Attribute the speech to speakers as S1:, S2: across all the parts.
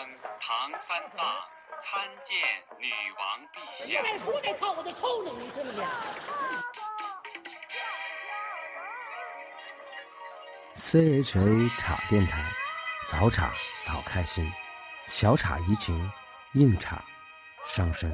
S1: 王三藏参见女王陛
S2: 你
S1: 下。
S2: 再说这套，我就抽你！你信不信？
S3: CHA 茶电台，早茶早开心，小茶怡情，硬茶伤身。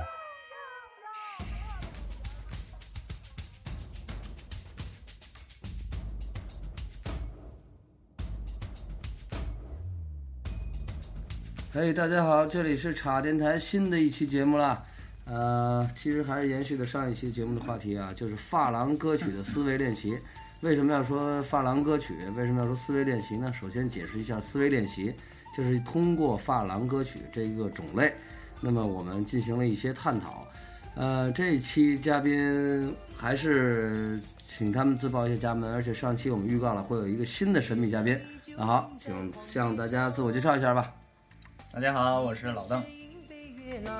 S3: 嘿、哎大家好，这里是茶电台新的一期节目啦。呃，其实还是延续的上一期节目的话题啊，就是发廊歌曲的思维练习。为什么要说发廊歌曲？为什么要说思维练习呢？首先解释一下思维练习，就是通过发廊歌曲这一个种类，那么我们进行了一些探讨。呃，这一期嘉宾还是请他们自报一下家门，而且上期我们预告了会有一个新的神秘嘉宾。那好，请向大家自我介绍一下吧。
S4: 大家好，我是老邓。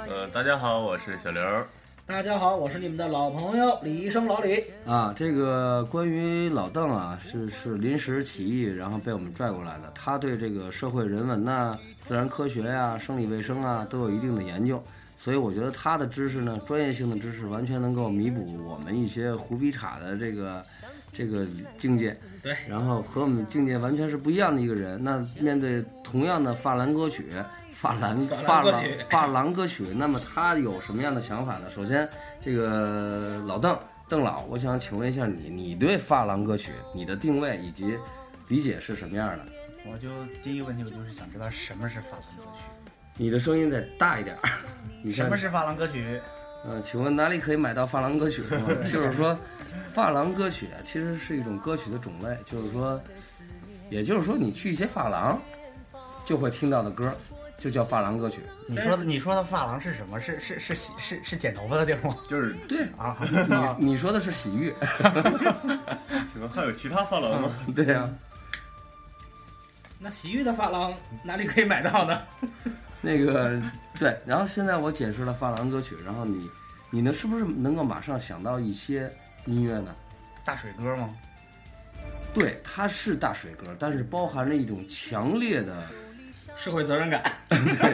S5: 呃，大家好，我是小刘。
S6: 大家好，我是你们的老朋友李医生老李。
S3: 啊，这个关于老邓啊，是是临时起意，然后被我们拽过来的。他对这个社会人文呐、自然科学呀、生理卫生啊都有一定的研究，所以我觉得他的知识呢，专业性的知识完全能够弥补我们一些胡逼叉的这个这个境界。
S6: 对，
S3: 然后和我们境界完全是不一样的一个人。那面对同样的发廊歌曲，发廊发
S6: 发廊歌
S3: 廊
S6: 曲
S3: 发廊歌曲，那么他有什么样的想法呢？首先，这个老邓邓老，我想请问一下你，你对发廊歌曲你的定位以及理解是什么样的？
S4: 我就第一个问题，我就是想知道什么是发廊歌曲，
S3: 你的声音得大一点儿。 你看
S4: 什么是发廊歌曲？
S3: 呃，请问哪里可以买到发廊歌曲呢？就是说，发廊歌曲啊，其实是一种歌曲的种类，就是说，也就是说，你去一些发廊，就会听到的歌，就叫发廊歌曲。
S4: 你说的你说的发廊是什么？是是是洗是是剪头发的地儿吗？
S5: 就是
S3: 对，
S4: 啊，
S3: 你你说的是洗浴，
S5: 请问还有其他发廊 吗？
S3: 对啊。
S6: 那洗浴的发廊哪里可以买到呢？
S3: 那个对，然后现在我解释了发廊歌曲，然后你你能是不是能够马上想到一些音乐呢？
S4: 大水哥吗？
S3: 对，它是大水歌，但是包含着一种强烈的、
S6: 社会责任感，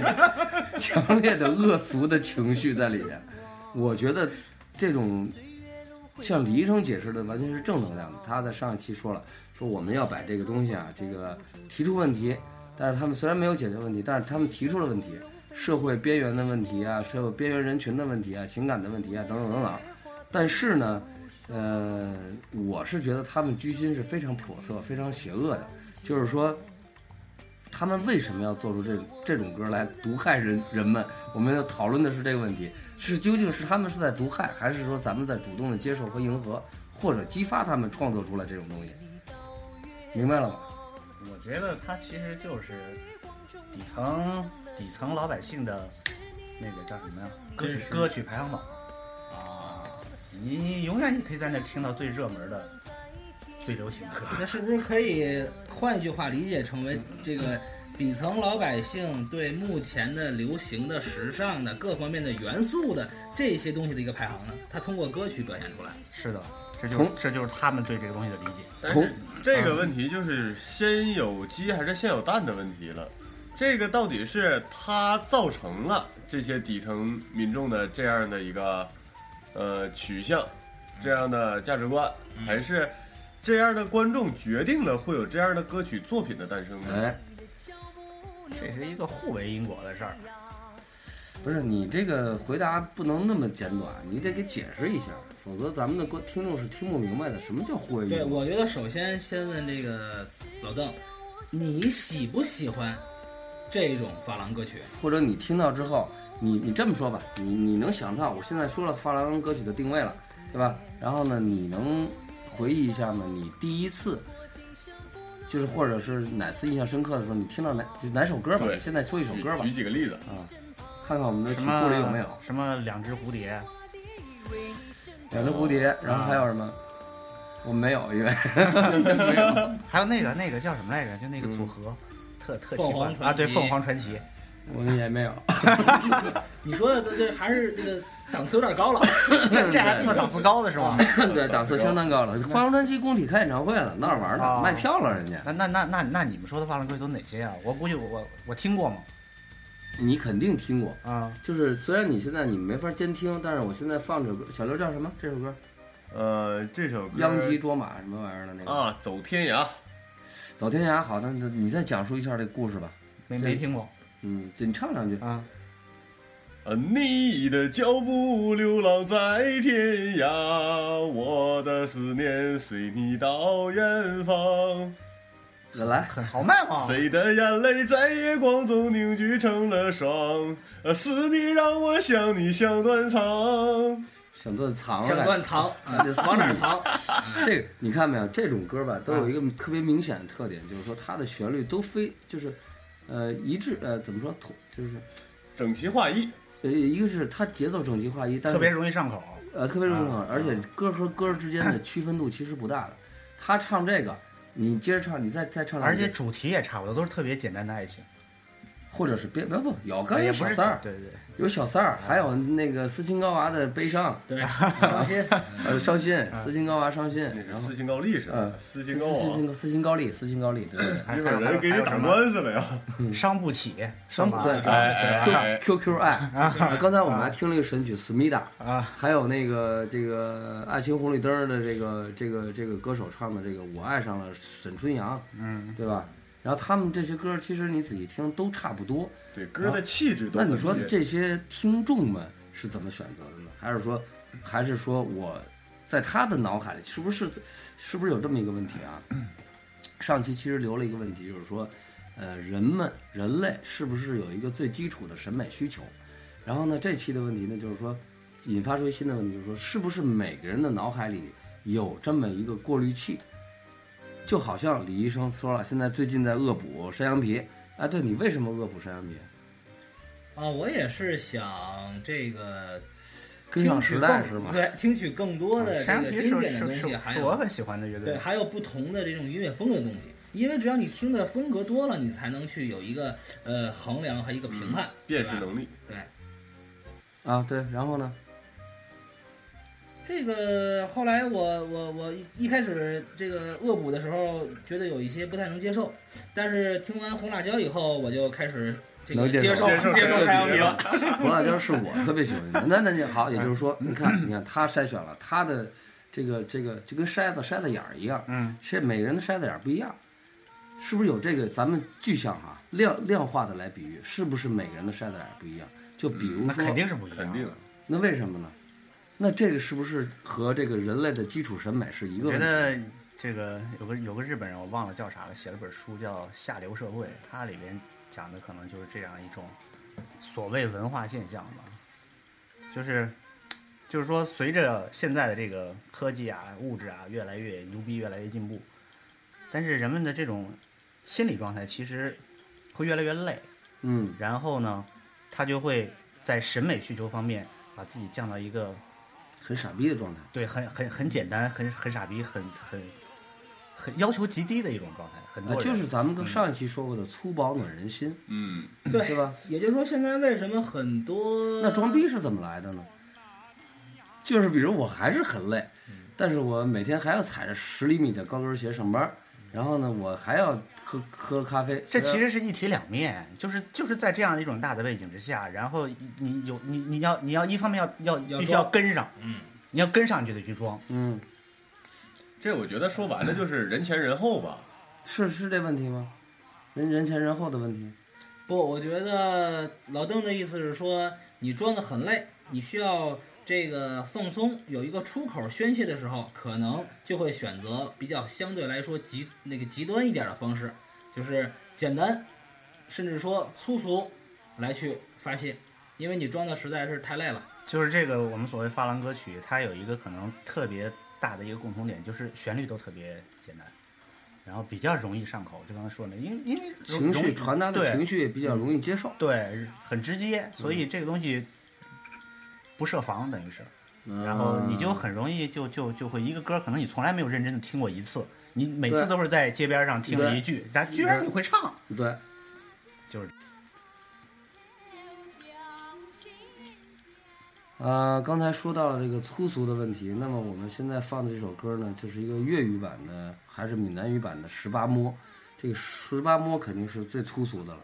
S3: 强烈的恶俗的情绪在里面。我觉得这种像李医生解释的完全是正能量的。他在上一期说了，说我们要把这个东西啊，这个提出问题，但是他们虽然没有解决问题，但是他们提出了问题，社会边缘的问题啊，社会边缘人群的问题啊，情感的问题啊，等等等等。但是呢，呃，我是觉得他们居心是非常叵测、非常邪恶的，就是说。他们为什么要做出这这种歌来毒害人人们？我们要讨论的是这个问题：是究竟是他们是在毒害，还是说咱们在主动的接受和迎合，或者激发他们创作出来这种东西？明白了吗？
S4: 我觉得它其实就是底层底层老百姓的那个叫什么呀？歌曲歌曲排行榜啊，你你永远你可以在那听到最热门的、最流行的歌。
S6: 那是不是可以换一句话理解成为这个底层老百姓对目前的流行的、时尚的各方面的元素的这些东西的一个排行呢？它通过歌曲表现出来。
S4: 是的，这
S3: 就是
S4: 这就是他们对这个东西的理解。
S3: 从
S5: 哎这个问题就是先有鸡还是先有蛋的问题了。这个到底是它造成了这些底层民众的这样的一个呃取向，这样的价值观，
S3: 嗯
S5: 还是这样的观众决定了会有这样的歌曲作品的诞生呢？
S3: 哎，
S4: 这是一个互为因果的事儿。
S3: 不是你这个回答不能那么简短，你得给解释一下，否则咱们的观听众是听不明白的。什么叫互为
S6: 对，
S3: 因果？
S6: 我觉得首先先问这个老邓，你喜不喜欢这种发廊歌曲？
S3: 或者你听到之后，你你这么说吧，你你能想到我现在说了发廊歌曲的定位了，对吧？然后呢，你能回忆一下吗？你第一次，就是或者是哪次印象深刻的时候，你听到哪就哪首歌吧？
S5: 对
S3: 现在说一首
S5: 举
S3: 歌吧
S5: 举，几个例子，
S3: 看看我们的曲
S4: 什
S3: 库
S4: 么
S3: 里有没有《
S4: 什么两只蝴蝶？
S3: 两只蝴蝶》，然后还有什么？我没有，因为
S4: 还有那个那个叫什么来着？就那个组合，特特
S6: 凤
S4: 喜
S6: 凰
S4: 欢
S6: 传奇
S4: 啊，对，凤凰传奇。
S3: 我们也没有。
S6: 你说的这还是这个档次有点 高了。
S4: 这这还算档次高的是吗？
S3: 对，档次相当高了。花龙传奇工体开演唱会了，闹着玩儿呢，
S4: 啊
S3: 卖票了人家。
S4: 那那那那那你们说的发廊歌曲都哪些啊？我估计我我我听过吗？
S3: 你肯定听过，
S4: 啊，
S3: 就是虽然你现在你没法监听，但是我现在放这首歌，小刘叫什么？这首歌
S5: 呃，这首歌
S3: 《殃及卓玛》什么玩意儿的那个？
S5: 啊，走天涯，
S3: 走天涯。好，那那你再讲述一下这个故事吧。
S4: 没没听过
S3: 嗯，对你唱两句。
S4: 啊，
S5: 呃，你的脚步流浪在天涯，我的思念随你到远方。
S3: 来，
S4: 很豪迈嘛。
S5: 谁的眼泪在夜光中凝聚成了霜？呃，是你让我想你想断肠。
S3: 想断藏
S6: 想
S3: 来。
S6: 断藏，啊往哪儿藏？
S3: 这个你看没有？这种歌吧，都有一个特别明显的特点，就是说它的旋律都非就是，呃，一致呃，怎么说统就是，
S5: 整齐划一，
S3: 呃，一个是它节奏整齐划一，但
S4: 特
S3: 是
S4: 别容易上口，
S3: 呃，特别容易上手，而且歌和歌之间的区分度其实不大的。他唱这个，你接着唱，你再再唱两
S4: 而
S3: 句，
S4: 且主题也差不多，都是特别简单的爱情，
S3: 或者是别不不有，刚才
S4: 哎也
S3: 有
S4: 不
S3: 小
S4: 是
S3: 三儿，
S4: 对对，
S3: 有小三儿，还有那个斯琴高娃的悲伤，
S6: 对，伤心。
S3: 呃，伤心，斯琴高娃伤心
S5: 那，是
S3: 然后
S5: 斯琴高丽是吧
S3: 嗯？
S5: 斯
S3: 斯
S5: 琴高昂，
S3: 琴斯琴高丽，斯琴高丽，对对对。
S4: 还
S5: 日
S4: 还有
S5: 本人给
S4: 还
S5: 你
S4: 有
S5: 打
S4: 什么
S5: 官司了呀？
S4: 伤不起，
S3: 伤
S4: 吧
S3: 对
S5: 哎哎哎
S3: Q Q Q 爱啊！刚才我们还听了一个神曲《思密达》
S4: 啊，
S3: 还有那个这个《爱情红绿灯》的这个这个这个歌手唱的这个《我爱上了沈春阳》，
S4: 嗯，
S3: 对吧？然后他们这些歌，其实你仔细听都差不多。
S5: 对，歌的气质都
S3: 那
S5: 很
S3: 你说
S5: 接
S3: 这些听众们是怎么选择的呢？还是说，还是说我在他的脑海里是不是是不是有这么一个问题啊？上期其实留了一个问题，就是说，呃，人们人类是不是有一个最基础的审美需求？然后呢，这期的问题呢，就是说，引发出一新的问题，就是说，是不是每个人的脑海里有这么一个过滤器？就好像李医生说了，现在最近在恶补山羊皮。哎，对你为什么恶补山羊皮？
S6: 啊，我也是想这个
S3: 跟上时代是吗？
S6: 对，听取更多的这
S4: 山
S6: 个
S4: 羊啊皮
S6: 经典
S4: 是
S6: 的东
S4: 是
S6: 西，
S4: 是
S6: 还
S4: 是我
S6: 有
S4: 很喜欢的乐
S6: 对，
S4: 队，
S6: 还有不同的这种音乐风格的东西。因为只要你听的风格多了，你才能去有一个呃衡量和一个评判，
S5: 辨
S6: 对
S5: 识
S6: 吧
S5: 能力，
S6: 对。
S3: 啊，对，然后呢？
S6: 这个后来我我我一一开始这个恶补的时候，觉得有一些不太能接受，但是听完红辣椒以后，我就开始这个
S3: 能接
S6: 接
S3: 受
S5: 接受
S6: 接受
S5: 这个
S6: 山羊
S5: 理
S6: 皮
S5: 由
S6: 了。
S3: 红辣椒是我特别喜欢的。那那你好，也就是说，
S4: 嗯
S3: 你看，你看他筛选了他的这个这个，就跟筛子筛子眼儿一样，
S4: 嗯，
S3: 是每个人的筛子眼儿不一样，是不是有这个？咱们具象哈、量量化的来比喻，是不是每个人的筛子眼儿不一样？就比如
S4: 嗯那
S3: 说，
S4: 肯定是不一样，
S5: 肯定。
S3: 那为什么呢？那这个是不是和这个人类的基础审美是一个
S4: 我
S3: 问
S4: 觉
S3: 题？
S4: 得这个有个有个日本人，我忘了叫啥了，写了本书叫《下流社会》，它里边讲的可能就是这样一种所谓文化现象吧，就是就是说，随着现在的这个科技啊、物质啊越来越牛逼、越来越进步，但是人们的这种心理状态其实会越来越累，
S3: 嗯，
S4: 然后呢，他就会在审美需求方面把自己降到一个
S3: 很傻逼的状态。
S4: 对，很很很简单，很很傻逼，很很很要求极低的一种状态，很多
S3: 啊，
S4: 人、
S3: 就是咱们
S4: 嗯
S3: 上一期说过的粗饱暖人心，
S5: 嗯，
S3: 对吧？
S6: 也就是说，现在为什么很多
S3: 那装逼是怎么来的呢？就是比如我还是很累，
S4: 嗯
S3: 但是我每天还要踩着十厘米的高跟鞋上班，然后呢，我还要喝喝咖啡。
S4: 这其
S3: 虽然
S4: 实是一体两面，就是就是在这样的一种大的背景之下，然后你有你你要你要一方面要要
S6: 要
S4: 必须要
S6: 装
S4: 跟上，嗯，你要跟上你就得去装，
S3: 嗯，
S5: 这我觉得说白了就是人前人后吧。
S3: 是是这问题吗？人人前人后的问题，
S6: 不？我觉得老邓的意思是说，你装的很累，你需要这个放松，有一个出口宣泄的时候，可能就会选择比较相对来说极那个极端一点的方式，就是简单，甚至说粗俗来去发泄，因为你装的实在是太累了。
S4: 就是这个我们所谓发廊歌曲，它有一个可能特别大的一个共同点，就是旋律都特别简单。然后比较容易上口，就刚才说的，因为因为
S3: 情
S4: 容
S3: 绪传达的
S4: 对
S3: 情绪也比较容易接受。
S4: 对，很直
S3: 嗯
S4: 接，所以这个东西不设防等于是，嗯
S3: 嗯
S4: 然后你就很容易就就就会一个歌，可能你从来没有认真的听过一次，你每次
S3: 对
S4: 都是在街边上听了一句，然后居然你会唱，
S3: 对，
S4: 就是
S3: 呃，刚才说到了这个粗俗的问题，那么我们现在放的这首歌呢，就是一个粤语版的，还是闽南语版的《十八摸》。这个《十八摸》肯定是最粗俗的了，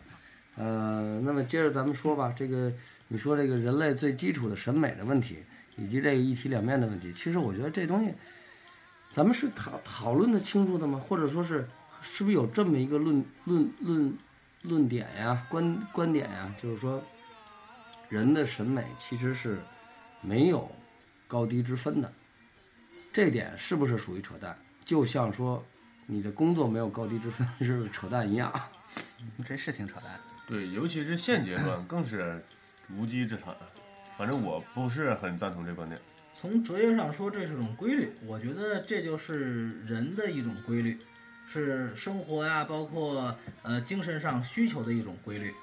S3: 呃，那么接着咱们说吧，这个你说这个人类最基础的审美的问题，以及这个一体两面的问题，其实我觉得这东西，咱们是讨讨论的清楚的吗？或者说是是不是有这么一个论论论论点呀、观观点呀？就是说，人的审美其实是没有高低之分的，这点是不是属于扯淡？就像说你的工作没有高低之分是不是扯淡一样。嗯
S4: 这是挺扯淡。
S5: 对，尤其是现阶段更是无稽之谈。反正我不是很赞同这观点。
S6: 从哲学上说，这是种规律。我觉得这就是人的一种规律，是生活呀、包括呃精神上需求的一种规律。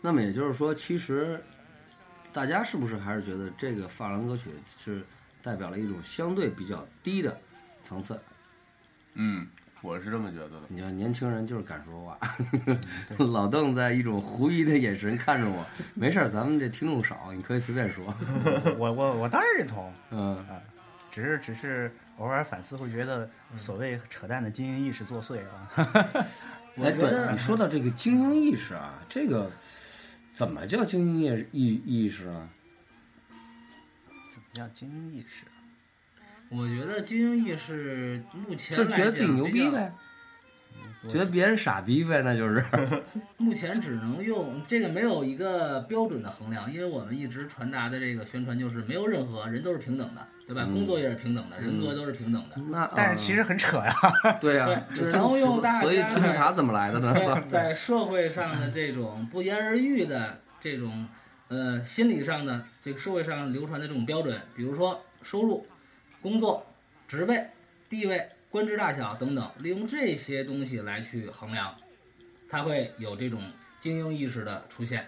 S3: 那么也就是说，其实大家是不是还是觉得这个发廊歌曲是代表了一种相对比较低的层次？
S5: 嗯，我是这么觉得的。
S3: 你看，年轻人就是敢说话。
S6: 嗯
S3: 老邓在一种狐疑的眼神看着我，没事儿，咱们这听众少，你可以随便说。
S4: 我我我当然认同，
S3: 嗯，
S4: 只是只是偶尔反思会觉得
S3: 嗯
S4: 所谓扯淡的精英意识作祟啊。
S3: 哎，
S6: 觉得
S3: 对，你说到这个精英意识啊，这个怎么叫精英意意意识啊？
S4: 怎么叫精英意识？
S6: 我觉得精英意识目前
S3: 就是觉得
S6: 来
S3: 自己
S6: 讲
S3: 牛
S6: 比
S3: 逼
S6: 较嗯
S3: 呗，觉得别人傻逼呗，那就是。
S6: 目前只能用这个，没有一个标准的衡量，因为我们一直传达的这个宣传就是没有任何人都是平等的，对吧？
S3: 嗯
S6: 工作也是平等的，人格都是平等的。
S3: 那
S4: 但是其实很扯呀、
S3: 对呀、
S6: 对
S3: 这
S6: 只能用大家
S3: 所以金字塔怎么来的呢？
S6: 对，在社会上的这种不言而喻的这种，呃，心理上的这个社会上流传的这种标准，比如说收入、工作、职位、地位、官职大小等等，利用这些东西来去衡量，它会有这种精英意识的出现。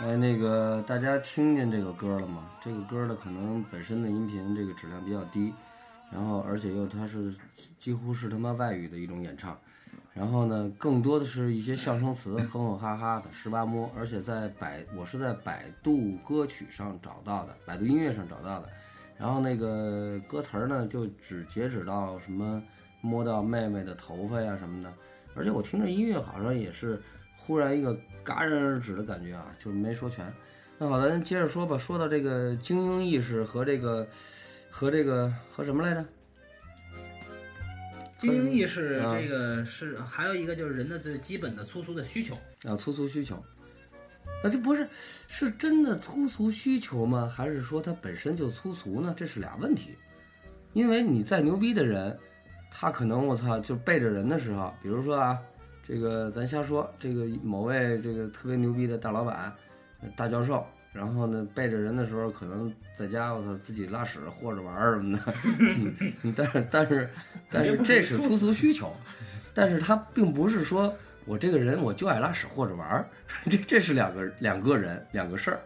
S3: 哎，那个大家听见这个歌了吗？这个歌的可能本身的音频这个质量比较低，然后而且又它是几乎是他妈外语的一种演唱，然后呢，更多的是一些象声词，哼哼哈哈的十八摸，而且在百我是在百度歌曲上找到的，百度音乐上找到的，然后那个歌词儿呢就只截止到什么摸到妹妹的头发呀什么的，而且我听着音乐好像也是忽然一个戛然而止的感觉啊，就是没说全。那好，咱接着说吧，说到这个精英意识和这个和这个和什么来着？
S6: 精英意识
S3: 嗯
S6: 这个是还有一个就是人的最基本的粗俗的需求，
S3: 啊，粗俗需求。那这不是是真的粗俗需求吗？还是说它本身就粗俗呢？这是俩问题。因为你再牛逼的人，他可能我操就背着人的时候，比如说啊，这个咱瞎说，这个某位这个特别牛逼的大老板、呃大教授，然后呢背着人的时候，可能在家我操自己拉屎或者玩儿什么的， 嗯但是但是但是这是粗俗需求，但是他并不是说我这个人我就爱拉屎或者玩儿， 这这是两个两个人两个事儿，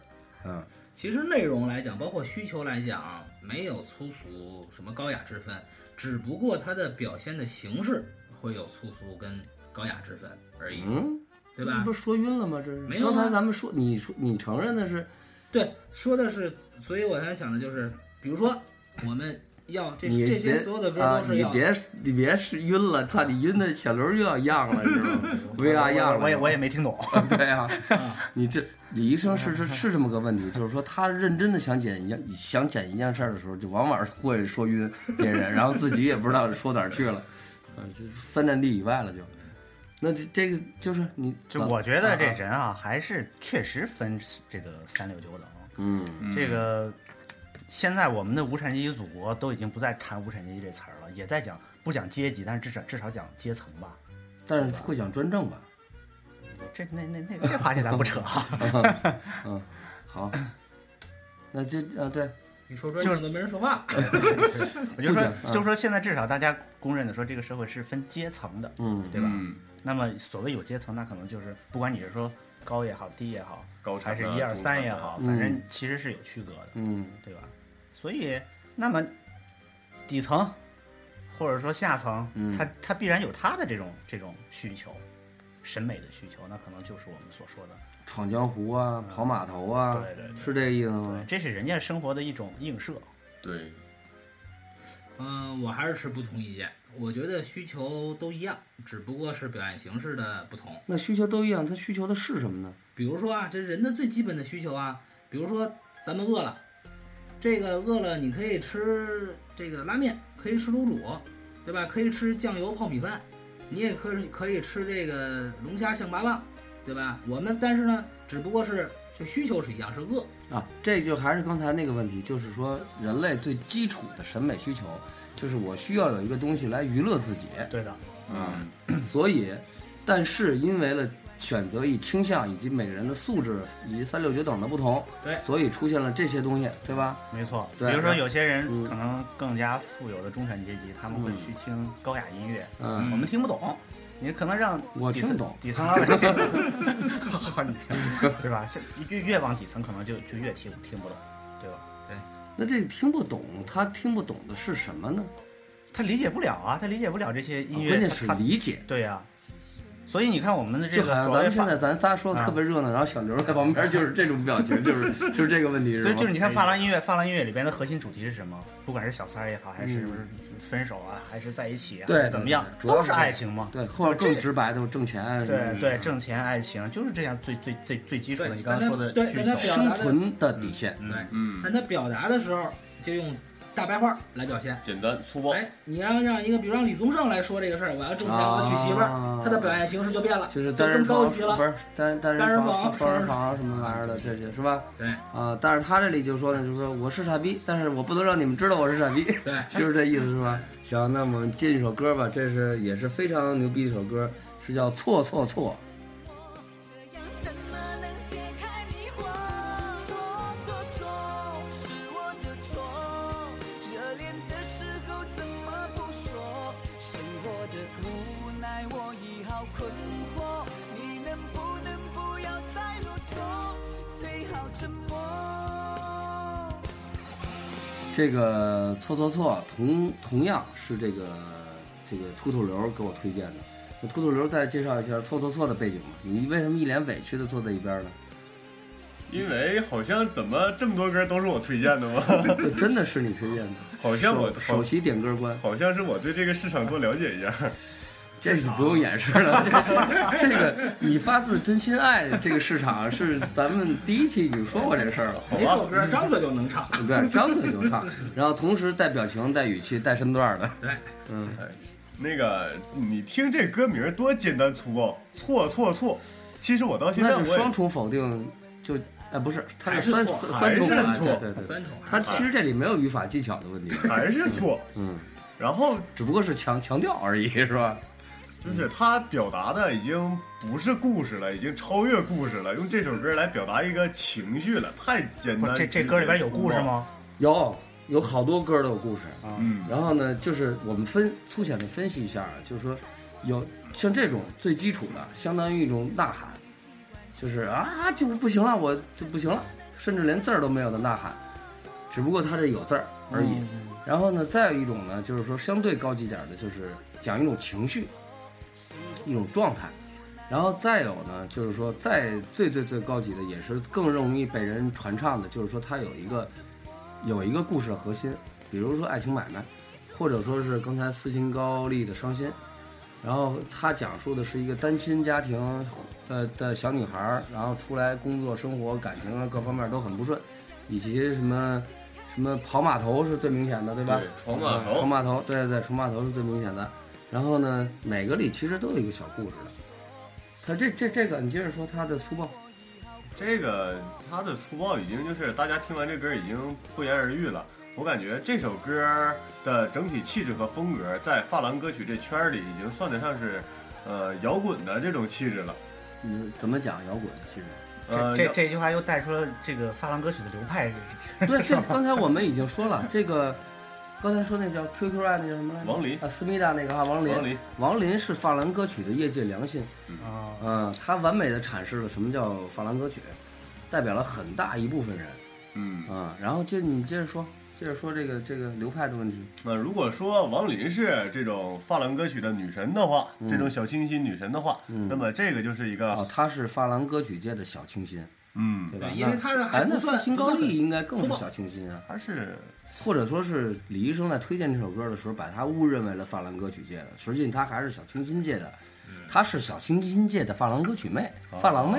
S3: 嗯，
S6: 其实内容来讲，包括需求来讲，没有粗俗什么高雅之分，只不过它的表现的形式会有粗俗跟高雅之分而已，
S3: 嗯，
S6: 对
S3: 你
S6: 吧
S3: 不？是说晕了吗？这是
S6: 没有啊
S3: 刚才咱们说，你说你承认的是
S6: 对，说的是，所以我才想的就是，比如说我们要这
S3: 你
S6: 这
S3: 别
S6: 些所有的歌
S3: 啊
S6: 都是要
S3: 你别你别是晕了，操你晕的小刘又要样了，知道吗？不要样了，
S4: 我也我也没听懂。
S3: 对啊，
S6: 啊，
S3: 你这李医生是是是这么个问题，就是说他认真的想剪一样想剪一件事儿的时候，就往往会说晕别人，然后自己也不知道说哪儿去了，呃，这三站地以外了就。那这这个就是你，
S4: 就我觉得
S3: 嗯
S4: 这人啊，还是确实分这个三六九等。
S3: 嗯，
S4: 这个现在我们的无产阶级祖国都已经不再谈无产阶级这词儿了，也在讲不讲阶级，但是至少至少讲阶层吧。
S3: 但是会想专政吧？
S4: 这那那那这话题咱不 扯啊。
S3: 嗯，好，那这啊对，
S6: 你说专业都没人说话，
S4: 我就
S3: 不
S4: 说
S3: 讲，嗯
S4: 就说现在至少大家公认的说，这个社会是分阶层的，
S3: 嗯，
S4: 对吧？
S5: 嗯
S4: 那么所谓有阶层，那可能就是不管你是说高也好，低也好，
S5: 高
S4: 还
S5: 产
S4: 是
S5: 的
S4: 一二
S5: 中产
S4: 三
S5: 啊
S4: 也
S5: 的
S4: 好，
S3: 嗯
S4: 反正其实是有区隔的，
S3: 嗯
S4: 对吧？所以，那么底层或者说下层，
S3: 嗯
S4: 它它必然有它的这种这种需求，审美的需求，那可能就是我们所说的，
S3: 闯江湖啊，跑码头啊，
S4: 对对对
S3: 是这意思
S4: 对
S3: 吗，？
S4: 这是人家生活的一种映射。
S5: 对，
S6: 嗯，我还是持不同意见。我觉得需求都一样，只不过是表现形式的不同。
S3: 那需求都一样，他需求的是什么呢？
S6: 比如说啊，这人的最基本的需求啊，比如说咱们饿了，这个饿了你可以吃这个拉面，可以吃卤煮，对吧？可以吃酱油泡米饭，你也可以可以吃这个龙虾象拔蚌，对吧？我们但是呢，只不过是这需求是一样，是饿。
S3: 啊，这就还是刚才那个问题，就是说人类最基础的审美需求，就是我需要有一个东西来娱乐自己。啊
S4: 对的，
S5: 嗯，
S3: 所以，但是因为了选择与倾向以及每个人的素质以及三六九等的不同，
S4: 对
S3: 所以出现了这些东西，对吧？
S4: 没错。比
S3: 对
S4: 如说有些人
S3: 嗯
S4: 可能更加富有的中产阶级，他们会去听高雅音乐，
S3: 嗯
S4: 我们听不懂。你可能让
S3: 我
S4: 底层
S3: 听懂
S4: 底层老百姓， 好你听，对吧？是越越往底层可能就就越听听不懂，对吧？
S3: 那这听不懂，他听不懂的是什么呢？啊
S4: 他理解不了啊，他理解不了这些音
S3: 哦
S4: 乐，
S3: 关键是
S4: 他
S3: 理解。
S4: 对呀、所以你看我们的这
S3: 就
S4: 个
S3: 好像
S4: 所
S3: 咱
S4: 谓啊
S3: 们现
S4: 发
S3: 在咱仨说的特别热闹，然后小刘在旁边就是这种表情， 就是就是这个哎问题是
S4: 对，
S3: 吗？
S4: 就是你看发廊音乐，发廊音乐里边的核心主题是什么？不管是小三儿也好，还是分手啊，还是在一起啊，
S3: 嗯对
S4: 还是怎么样
S3: 对对，对主要
S4: 都是
S3: 是
S4: 爱情嘛。
S3: 对，或者更直白的挣钱，
S4: 对对，挣钱、爱情就是这样最最最最基础的。
S6: 对
S4: 你刚才
S6: 但
S4: 说的
S6: 对
S4: 需
S6: 但
S4: 求
S6: 他，表
S3: 生存的底线。
S4: 嗯
S6: 对，
S5: 嗯，
S6: 但他表达的时候就用大白话来表现。
S5: 简单粗暴。
S6: 哎，你要让一个，比如让李宗盛来说这个事儿，我要挣钱，
S3: 啊
S6: 我要娶媳妇儿，他的表现形式就变了，
S3: 就是
S6: 就
S3: 单
S6: 更
S3: 人
S6: 高
S3: 床
S6: 级了
S3: 不。是单单
S6: 单
S3: 人
S6: 人
S3: 床、
S6: 房
S3: 双人床什么玩意儿的这些是吧？
S6: 对
S3: 啊，但是他这里就说呢，就是说我是傻逼，但是我不能让你们知道我是傻逼，
S6: 对，
S3: 就是这意思是吧？行，那我们进一首歌吧，这是也是非常牛逼的一首歌，是叫《错错错
S7: 这样怎么能解开迷惑？错错错，是我的错。热恋的时候怎么不说？生活的无奈我已好困惑。你能不能不要再啰嗦？最好沉默。》。
S3: 这个《错错错》同同样是这个这个秃头刘给我推荐的。那秃头刘再介绍一下《错错错》的背景吧。你为什么一脸委屈的坐在一边呢？
S5: 因为好像怎么这么多歌都是我推荐的吗？
S3: 这真的是你推荐的，
S5: 好像我
S3: 首首席点歌官。
S5: 好像是我对这个市场多了解一样。
S3: 这是不用掩饰了，这这这个你发自真心爱这个市场是咱们第一期已经说过这事儿了。
S5: 好
S6: 每首
S5: 吧，
S6: 歌张嘴就能唱。
S3: 对，张嘴就唱，然后同时带表情、带语气、带身段的。
S6: 对，
S3: 嗯，
S5: 哎那个你听这歌名儿多简单粗暴，错错错。其实我到现在
S3: 那是
S5: 我
S3: 双
S5: 也
S3: 重否定，就哎不是，它是
S6: 还
S3: 三
S6: 是错
S3: 三
S5: 还
S3: 三
S5: 是
S3: 重否定，
S5: 错
S3: 对对对，
S6: 三重啊
S3: 它其实这里没有语法技巧的问题，
S5: 还是错，
S3: 嗯，
S5: 然后
S3: 只不过是强强调而已，是吧？
S4: 嗯
S5: 就是他表达的已经不是故事了，已经超越故事了，用这首歌来表达一个情绪了，太简
S4: 不
S5: 单
S4: 是。这这
S5: 直
S4: 歌里边
S5: 接
S4: 有故事
S5: 粗暴？
S4: 吗？
S3: 有有好多歌都有故事，
S5: 嗯，
S3: 然后呢，就是我们分粗浅的分析一下啊，就是说有像这种最基础的，相当于一种呐喊，就是啊就不行了，我就不行了，甚至连字儿都没有的呐喊，只不过它这有字儿而已。然后呢，再有一种呢，就是说相对高级点儿的，就是讲一种情绪，一种状态。然后再有呢，就是说再最最最高级的，也是更容易被人传唱的，就是说它有一个有一个故事的核心，比如说《爱情买卖》，或者说是刚才斯琴高丽的《伤心》，然后它讲述的是一个单亲家庭，呃的小女孩儿，然后出来工作、生活、感情啊各方面都很不顺，以及什么什么跑码头是最明显的，对吧？
S5: 对闯码头
S3: 嗯闯码头，对对对，闯码头是最明显的。然后呢，每个里其实都有一个小故事的。他这这这个，你接着说他的粗暴，
S5: 这个他的粗暴已经就是大家听完这歌已经不言而喻了。我感觉这首歌的整体气质和风格，在发廊歌曲这圈儿里已经算得上是，呃，摇滚的这种气质了。
S3: 你怎么讲摇滚？其实。
S5: 呃，
S4: 这这
S5: 要
S4: 这句话又带出了这个发廊歌曲的流派是，
S3: 对，这刚才我们已经说了，这个刚才说那叫 QQ 啊，那叫什么来着？
S5: 王林
S3: 啊，思密达那个哈，王林。
S5: 王林，
S3: 王林是法兰歌曲的业界良心，
S4: 啊，
S3: 嗯，他完美的阐释了什么叫法兰歌曲，代表了很大一部分人，
S5: 嗯，
S3: 啊、然后接你接着说，接着说这个这个流派的问题，
S5: 那呃如果说王林是这种发廊歌曲的女神的话，
S4: 嗯啊
S5: 这种小清新女神的话，那么这个就是一个
S3: 哦，他是法兰歌曲界的小清新，
S5: 嗯，
S3: 对吧？
S6: 对因为
S3: 那
S6: 他还
S3: 哎，
S6: 不
S3: 那
S6: 算
S3: 斯琴
S6: 不
S3: 高
S6: 算
S3: 地
S6: 很
S3: 应该更
S6: 粗
S3: 是
S6: 暴
S3: 小清新啊，
S5: 他是
S3: 或者说是李医生在推荐这首歌的时候，把它误认为了法兰歌曲界的，实际他还是小清新界的，
S5: 嗯
S3: 他是小清新界的发廊歌曲妹，
S5: 哦
S3: 发廊 妹，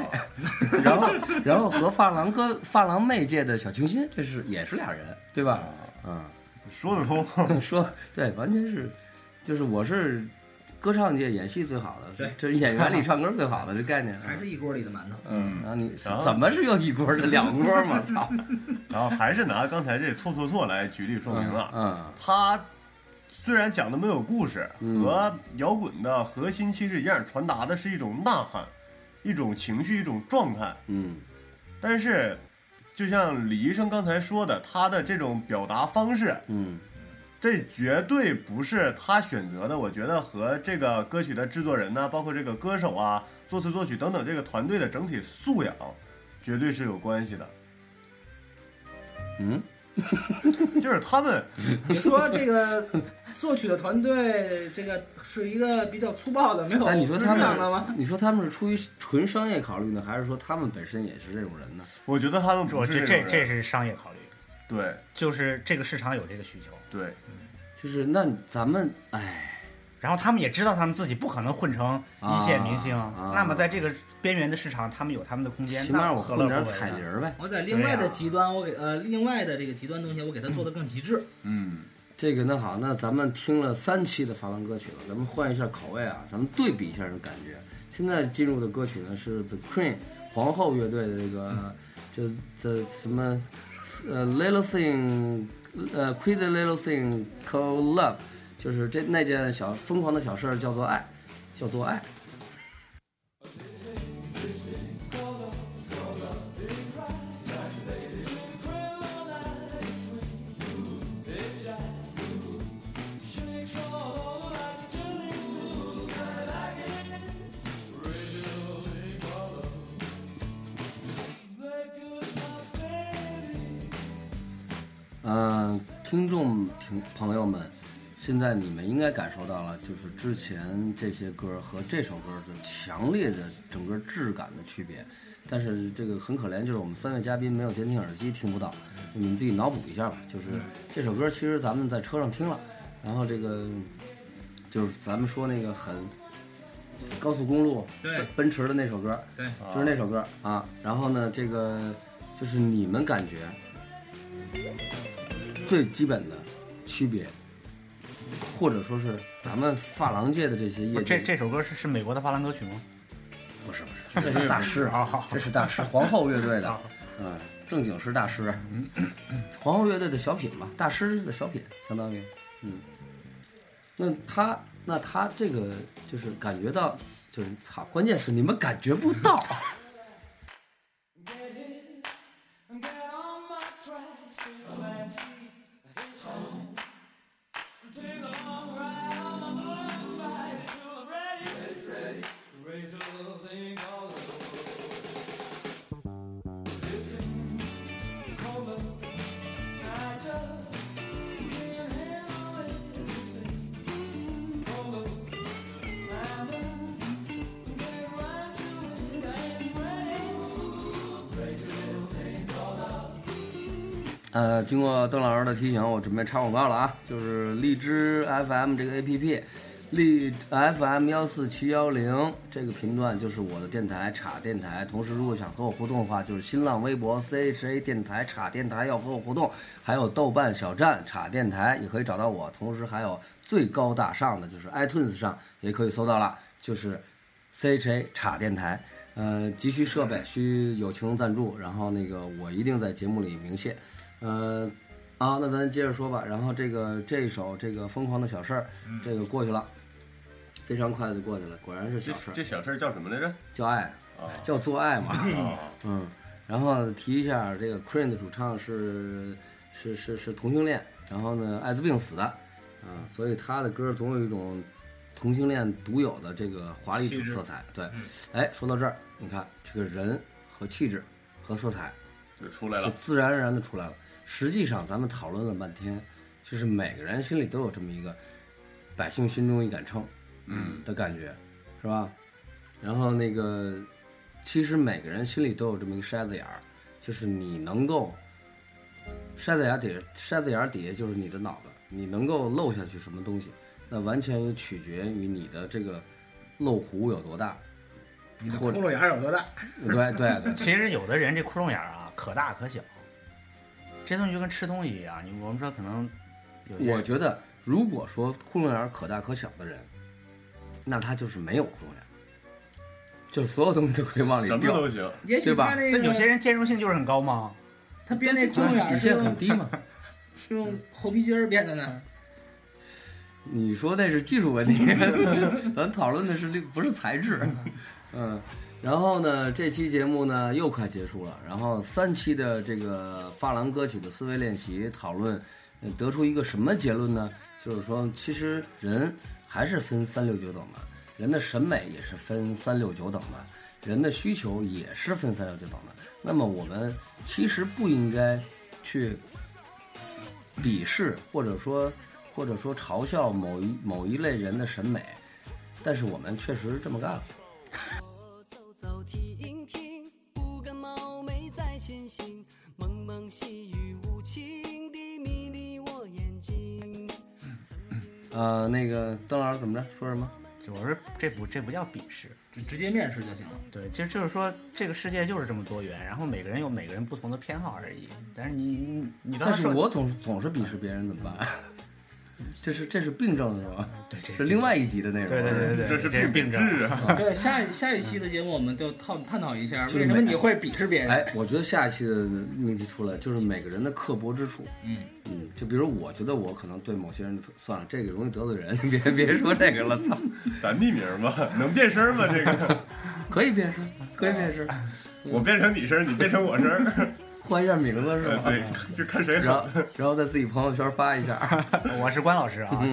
S3: 然后然后和发廊歌发廊妹界的小清新，这是也是俩人，对吧？
S5: 哦
S3: 嗯，
S5: 说得通。
S3: 说对，完全是，就是我是歌唱界演戏最好的
S6: 对，
S3: 这是演员里唱歌最好的这概念。啊
S6: 还是一锅里的馒头。
S3: 嗯，然后你
S5: 然后
S3: 怎么是又一锅是两锅嘛？操！
S5: 然后还是拿刚才这错错错来举例 说明了，
S3: 嗯，
S5: 他虽然讲的没有故事，
S3: 嗯
S5: 和摇滚的核心其实一样，传达的是一种呐喊，一种情绪，一种状态。
S3: 嗯
S5: 但是，就像李医生刚才说的，他的这种表达方式，
S3: 嗯
S5: 这绝对不是他选择的。我觉得和这个歌曲的制作人呢、包括这个歌手啊、作词作曲等等这个团队的整体素养，绝对是有关系的。
S3: 嗯
S5: 就是他们
S6: 你说这个作曲的团队，这个是一个比较粗暴的，没 有
S3: 那哎你说他
S6: 滋养了吗？
S3: 们，你说他们是出于纯商业考虑呢，还是说他们本身也是这种人呢？
S5: 我觉得他们不
S4: 我
S5: 是
S4: 这
S5: 这
S4: 这
S5: 种
S4: 这
S5: 人，
S4: 是商业考虑，
S5: 对
S4: 就是这个市场有这个需求，
S5: 对，
S3: 就是那咱们，哎，
S4: 然后他们也知道他们自己不可能混成一线明星，
S3: 啊啊
S4: 那么在这个边缘的市场，他们有他们的空间，
S3: 起
S4: 那
S3: 码我
S4: 何
S3: 混
S4: 乐
S3: 点
S4: 不为
S3: 彩
S4: 呢
S3: 铃儿呗。
S6: 我在另外
S4: 对
S6: 的
S4: 呀
S6: 极端，我给呃另外的这个极端东西，我给它做的更极致。
S5: 嗯，
S3: 这个那好，那咱们听了三期的法郎歌曲了，咱们换一下口味啊，咱们对比一下这感觉。现在进入的歌曲呢是 The Queen 皇后乐队的这个，这这什么，呃，Little Thing，呃，Crazy Little Thing Called Love，就是这那件小疯狂的小事儿叫做爱，叫做爱。嗯，听众听朋友们，现在你们应该感受到了，就是之前这些歌和这首歌的强烈的整个质感的区别。但是这个很可怜，就是我们三位嘉宾没有监听耳机，听不到。你们自己脑补一下吧。就是这首歌，其实咱们在车上听了，然后这个就是咱们说那个很高速公路
S6: 对
S3: 奔驰的那首歌，
S6: 对，
S3: 就是那首歌啊。然后呢，这个就是你们感觉最基本的区别，或者说是咱们发廊界的这些
S4: 不
S3: 业界，
S4: 是这这首歌是是美国的发廊歌曲吗？
S3: 不是不是，这是大师
S4: 好好好
S3: 这是大师，皇后乐队的
S4: 好， 嗯
S3: 嗯，正经是大师， 皇后乐队的小品吧，大师的小品，相当于，嗯，那他那他这个就是感觉到，就是操，关键是你们感觉不到。呃，经过邓老师的提醒，我准备插广告了啊，就是荔枝 FM 这个 APP，荔 FM 幺四七幺零这个频段就是我的电台叉电台。同时，如果想和我互动的话，就是新浪微博 CHA 电台叉电台要和我互动，还有豆瓣小站叉电台也可以找到我。同时，还有最高大上的就是 iTunes 上也可以搜到了，就是。CHA 叉电台，呃，急需设备，需友情赞助，然后那个我一定在节目里鸣谢，呃，啊，那咱接着说吧。然后这个这一首这个疯狂的小事儿，
S5: 嗯
S3: 这个过去了，非常快的就过去了，果然是
S5: 这
S3: 小事儿
S5: 这，小事儿叫什么来 着？
S3: 叫爱，
S5: 啊
S3: 叫做爱嘛。
S5: 啊，
S3: 嗯，然后提一下，这个 Queen 的主唱是是是是同性恋，然后呢艾滋病死的，啊，所以他的歌总有一种同性恋独有的这个华丽色彩。对，哎，说到这儿，你看这个人和气质和色彩
S5: 就出来
S3: 就
S5: 了。
S3: 自然而然的出来了。实际上，咱们讨论了半天，就是每个人心里都有这么一个百姓心中一杆秤，嗯的感觉，是吧？然后那个其实每个人心里都有这么一个筛子眼儿，就是你能够筛子眼儿底筛子眼儿底下就是你的脑子，你能够漏下去什么东西，那完全取决于你的这个漏壶有多大。
S6: 你的
S3: 或
S6: 窟
S3: 者
S6: 窿眼儿有多大？
S3: 对对对，
S4: 其实有的人这窟窿眼儿啊，可大可小，这东西就跟吃东西一样。你我们说可能有些
S3: 我觉得，如果说窟窿眼儿可大可小的人，那他就是没有窟窿眼儿，就是所有东西都可以往里
S5: 什么
S3: 掉
S5: 都。行。
S6: 也许
S3: 对吧
S6: 他那
S4: 但
S6: 个
S4: 有些人兼容性就是很高嘛。
S6: 他编那窟
S3: 但是
S6: 窿眼儿
S3: 底
S6: 是
S3: 线
S6: 用
S3: 很低嗯嘛？
S6: 是用猴皮筋儿编的呢。
S3: 你说那是技术问题， 咱讨论的是这不是材质。嗯，然后呢，这期节目呢又快结束了，然后三期的这个发廊歌曲的思维练习讨论，呃得出一个什么结论呢？就是说，其实人还是分三六九等的，人的审美也是分三六九等的，人的需求也是分三六九等的。那么我们其实不应该去鄙视或者说或者说嘲笑某一某一类人的审美，但是我们确实这么干了。
S7: 走走停停，五个冒昧在前行，蒙蒙细雨无情地迷离我眼睛。
S3: 呃，那个邓老师怎么着？说什么？
S4: 就我说这不这不叫鄙视，
S6: 就直接面试就行了。
S4: 对，就就是说这个世界就是这么多元，然后每个人有每个人不同的偏好而已。但是你你你刚
S3: 但
S4: 才
S3: 是
S4: 说
S3: 我总是总是鄙视别人，怎么办？ 这是这是病症是吧？
S4: 对这
S3: 是另外一集的内容。
S4: 对对对对，
S5: 这是病
S4: 病
S5: 治
S4: 症。
S5: 啊！
S6: 对，下一下一期的节目我们就探探讨一下，
S3: 就是
S6: 为什么
S3: 每
S6: 你会鄙视别人？
S3: 哎，我觉得下一期的命题出来就是每个人的刻薄之处。
S6: 嗯
S3: 嗯，就比如我觉得我可能对某些人算了，这个容易得罪人， 别别说这个了，操，
S5: 咱匿名吧，能变声吗？这个
S3: 可以变身，可以变身，
S5: 我变成你声，你变成我声，
S3: 换一下名字是
S5: 呃
S3: 吧？
S5: 对，就看谁狠
S3: 然。后然后在自己朋友圈发一下。
S4: 我是关老师啊，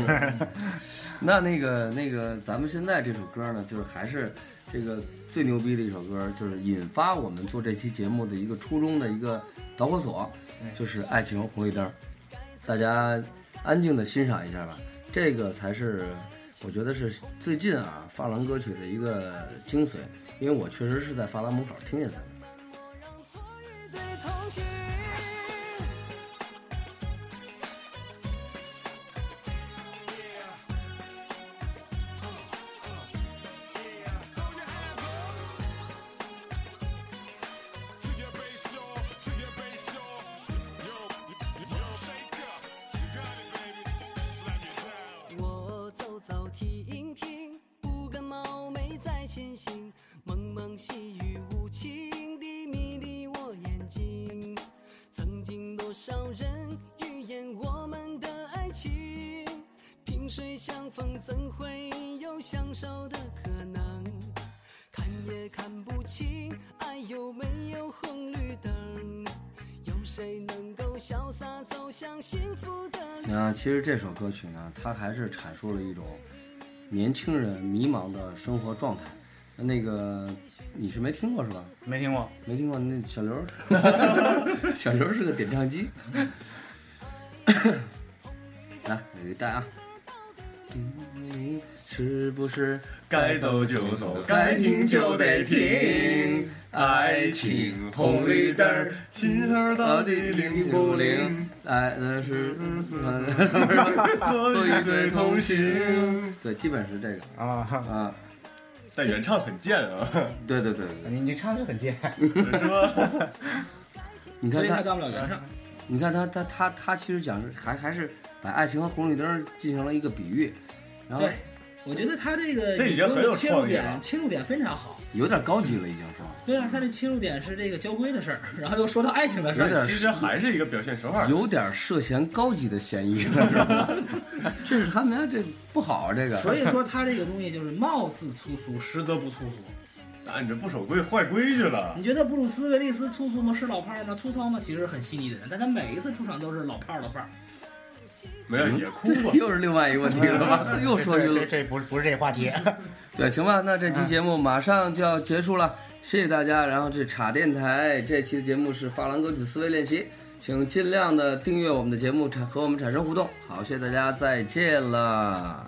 S3: 那那个那个，咱们现在这首歌呢，就是还是这个最牛逼的一首歌，就是引发我们做这期节目的一个初衷的一个导火索，就是《爱情红绿灯》，大家安静的欣赏一下吧，这个才是我觉得是最近啊发廊歌曲的一个精髓，因为我确实是在发廊门口听见它的。
S7: 让错与对同行。我走走停停，不敢冒昧在前行，蒙蒙细雨无情地迷离我眼睛。曾经多少人预言我们的爱情，萍水相逢怎会有相守的可能？看也看不清，爱有没有红绿灯？有谁能够潇洒走向幸福的旅程？
S3: 那其实这首歌曲呢，它还是阐述了一种年轻人迷茫的生活状态。那个你是没听过是吧？
S4: 没听过。
S3: 没听过那小刘儿， 小刘儿是个点唱机。 来，我给大家啊。是不是
S5: 该走就走，
S3: 该
S5: 该
S3: 停
S5: 停
S3: 就
S5: 就
S3: 得
S5: 得
S3: 停
S5: 停。
S3: 爱
S5: 爱
S3: 情
S5: 情
S3: 红
S5: 红
S3: 绿
S5: 绿
S3: 灯
S5: 灯
S3: 儿
S5: 儿，
S3: 信
S5: 信
S3: 号
S5: 号
S3: 到
S5: 到
S3: 底
S5: 底
S3: 灵
S5: 灵
S3: 不
S5: 不
S3: 灵
S5: 灵？
S3: 哎，那是
S5: 做一对同行。
S3: 对，基本是这个
S4: 啊，
S3: 啊。
S5: 但原唱很贱啊，
S3: 对对对对，
S4: 你你唱就很贱，
S5: 是 吧？
S3: 你
S6: 所
S3: 看
S6: 以
S3: 他
S6: 他当不了原上。
S3: 你看他他他他其实讲是还还是把爱情和红绿灯进行了一个比喻，然后
S6: 对，我觉得他这个
S5: 这已经很有
S6: 切入
S5: 创意了
S6: 点，切入点非常好。
S3: 有点高级了，已经是
S6: 对啊，他这切入点是这个交规的事儿，然后又说到爱情的事
S3: 有
S6: 儿。
S3: 点
S5: 其实还是一个表现手法。
S3: 有点涉嫌高级的嫌疑了，是吧 这是他们家这不好啊，这个。。
S6: 所以说他这个东西就是貌似粗俗，实则不粗俗。
S5: 啊但你这不守规坏规矩了
S6: 你，觉得布鲁斯·威利斯粗俗吗？是老炮儿吗？粗糙吗？其实很细腻的人，但他每一次出场都是老炮儿的范儿。
S5: 没有也哭吧
S3: 又是另外一个问题了吧？又说
S4: 这
S3: 晕了
S4: 这。这不是不是这话题。
S3: 对，行吧，那这期节目马上就要结束了，谢谢大家。然后这茶电台这期的节目是发廊歌曲思维练习，请尽量的订阅我们的节目，产和我们产生互动。好，谢谢大家，再见了。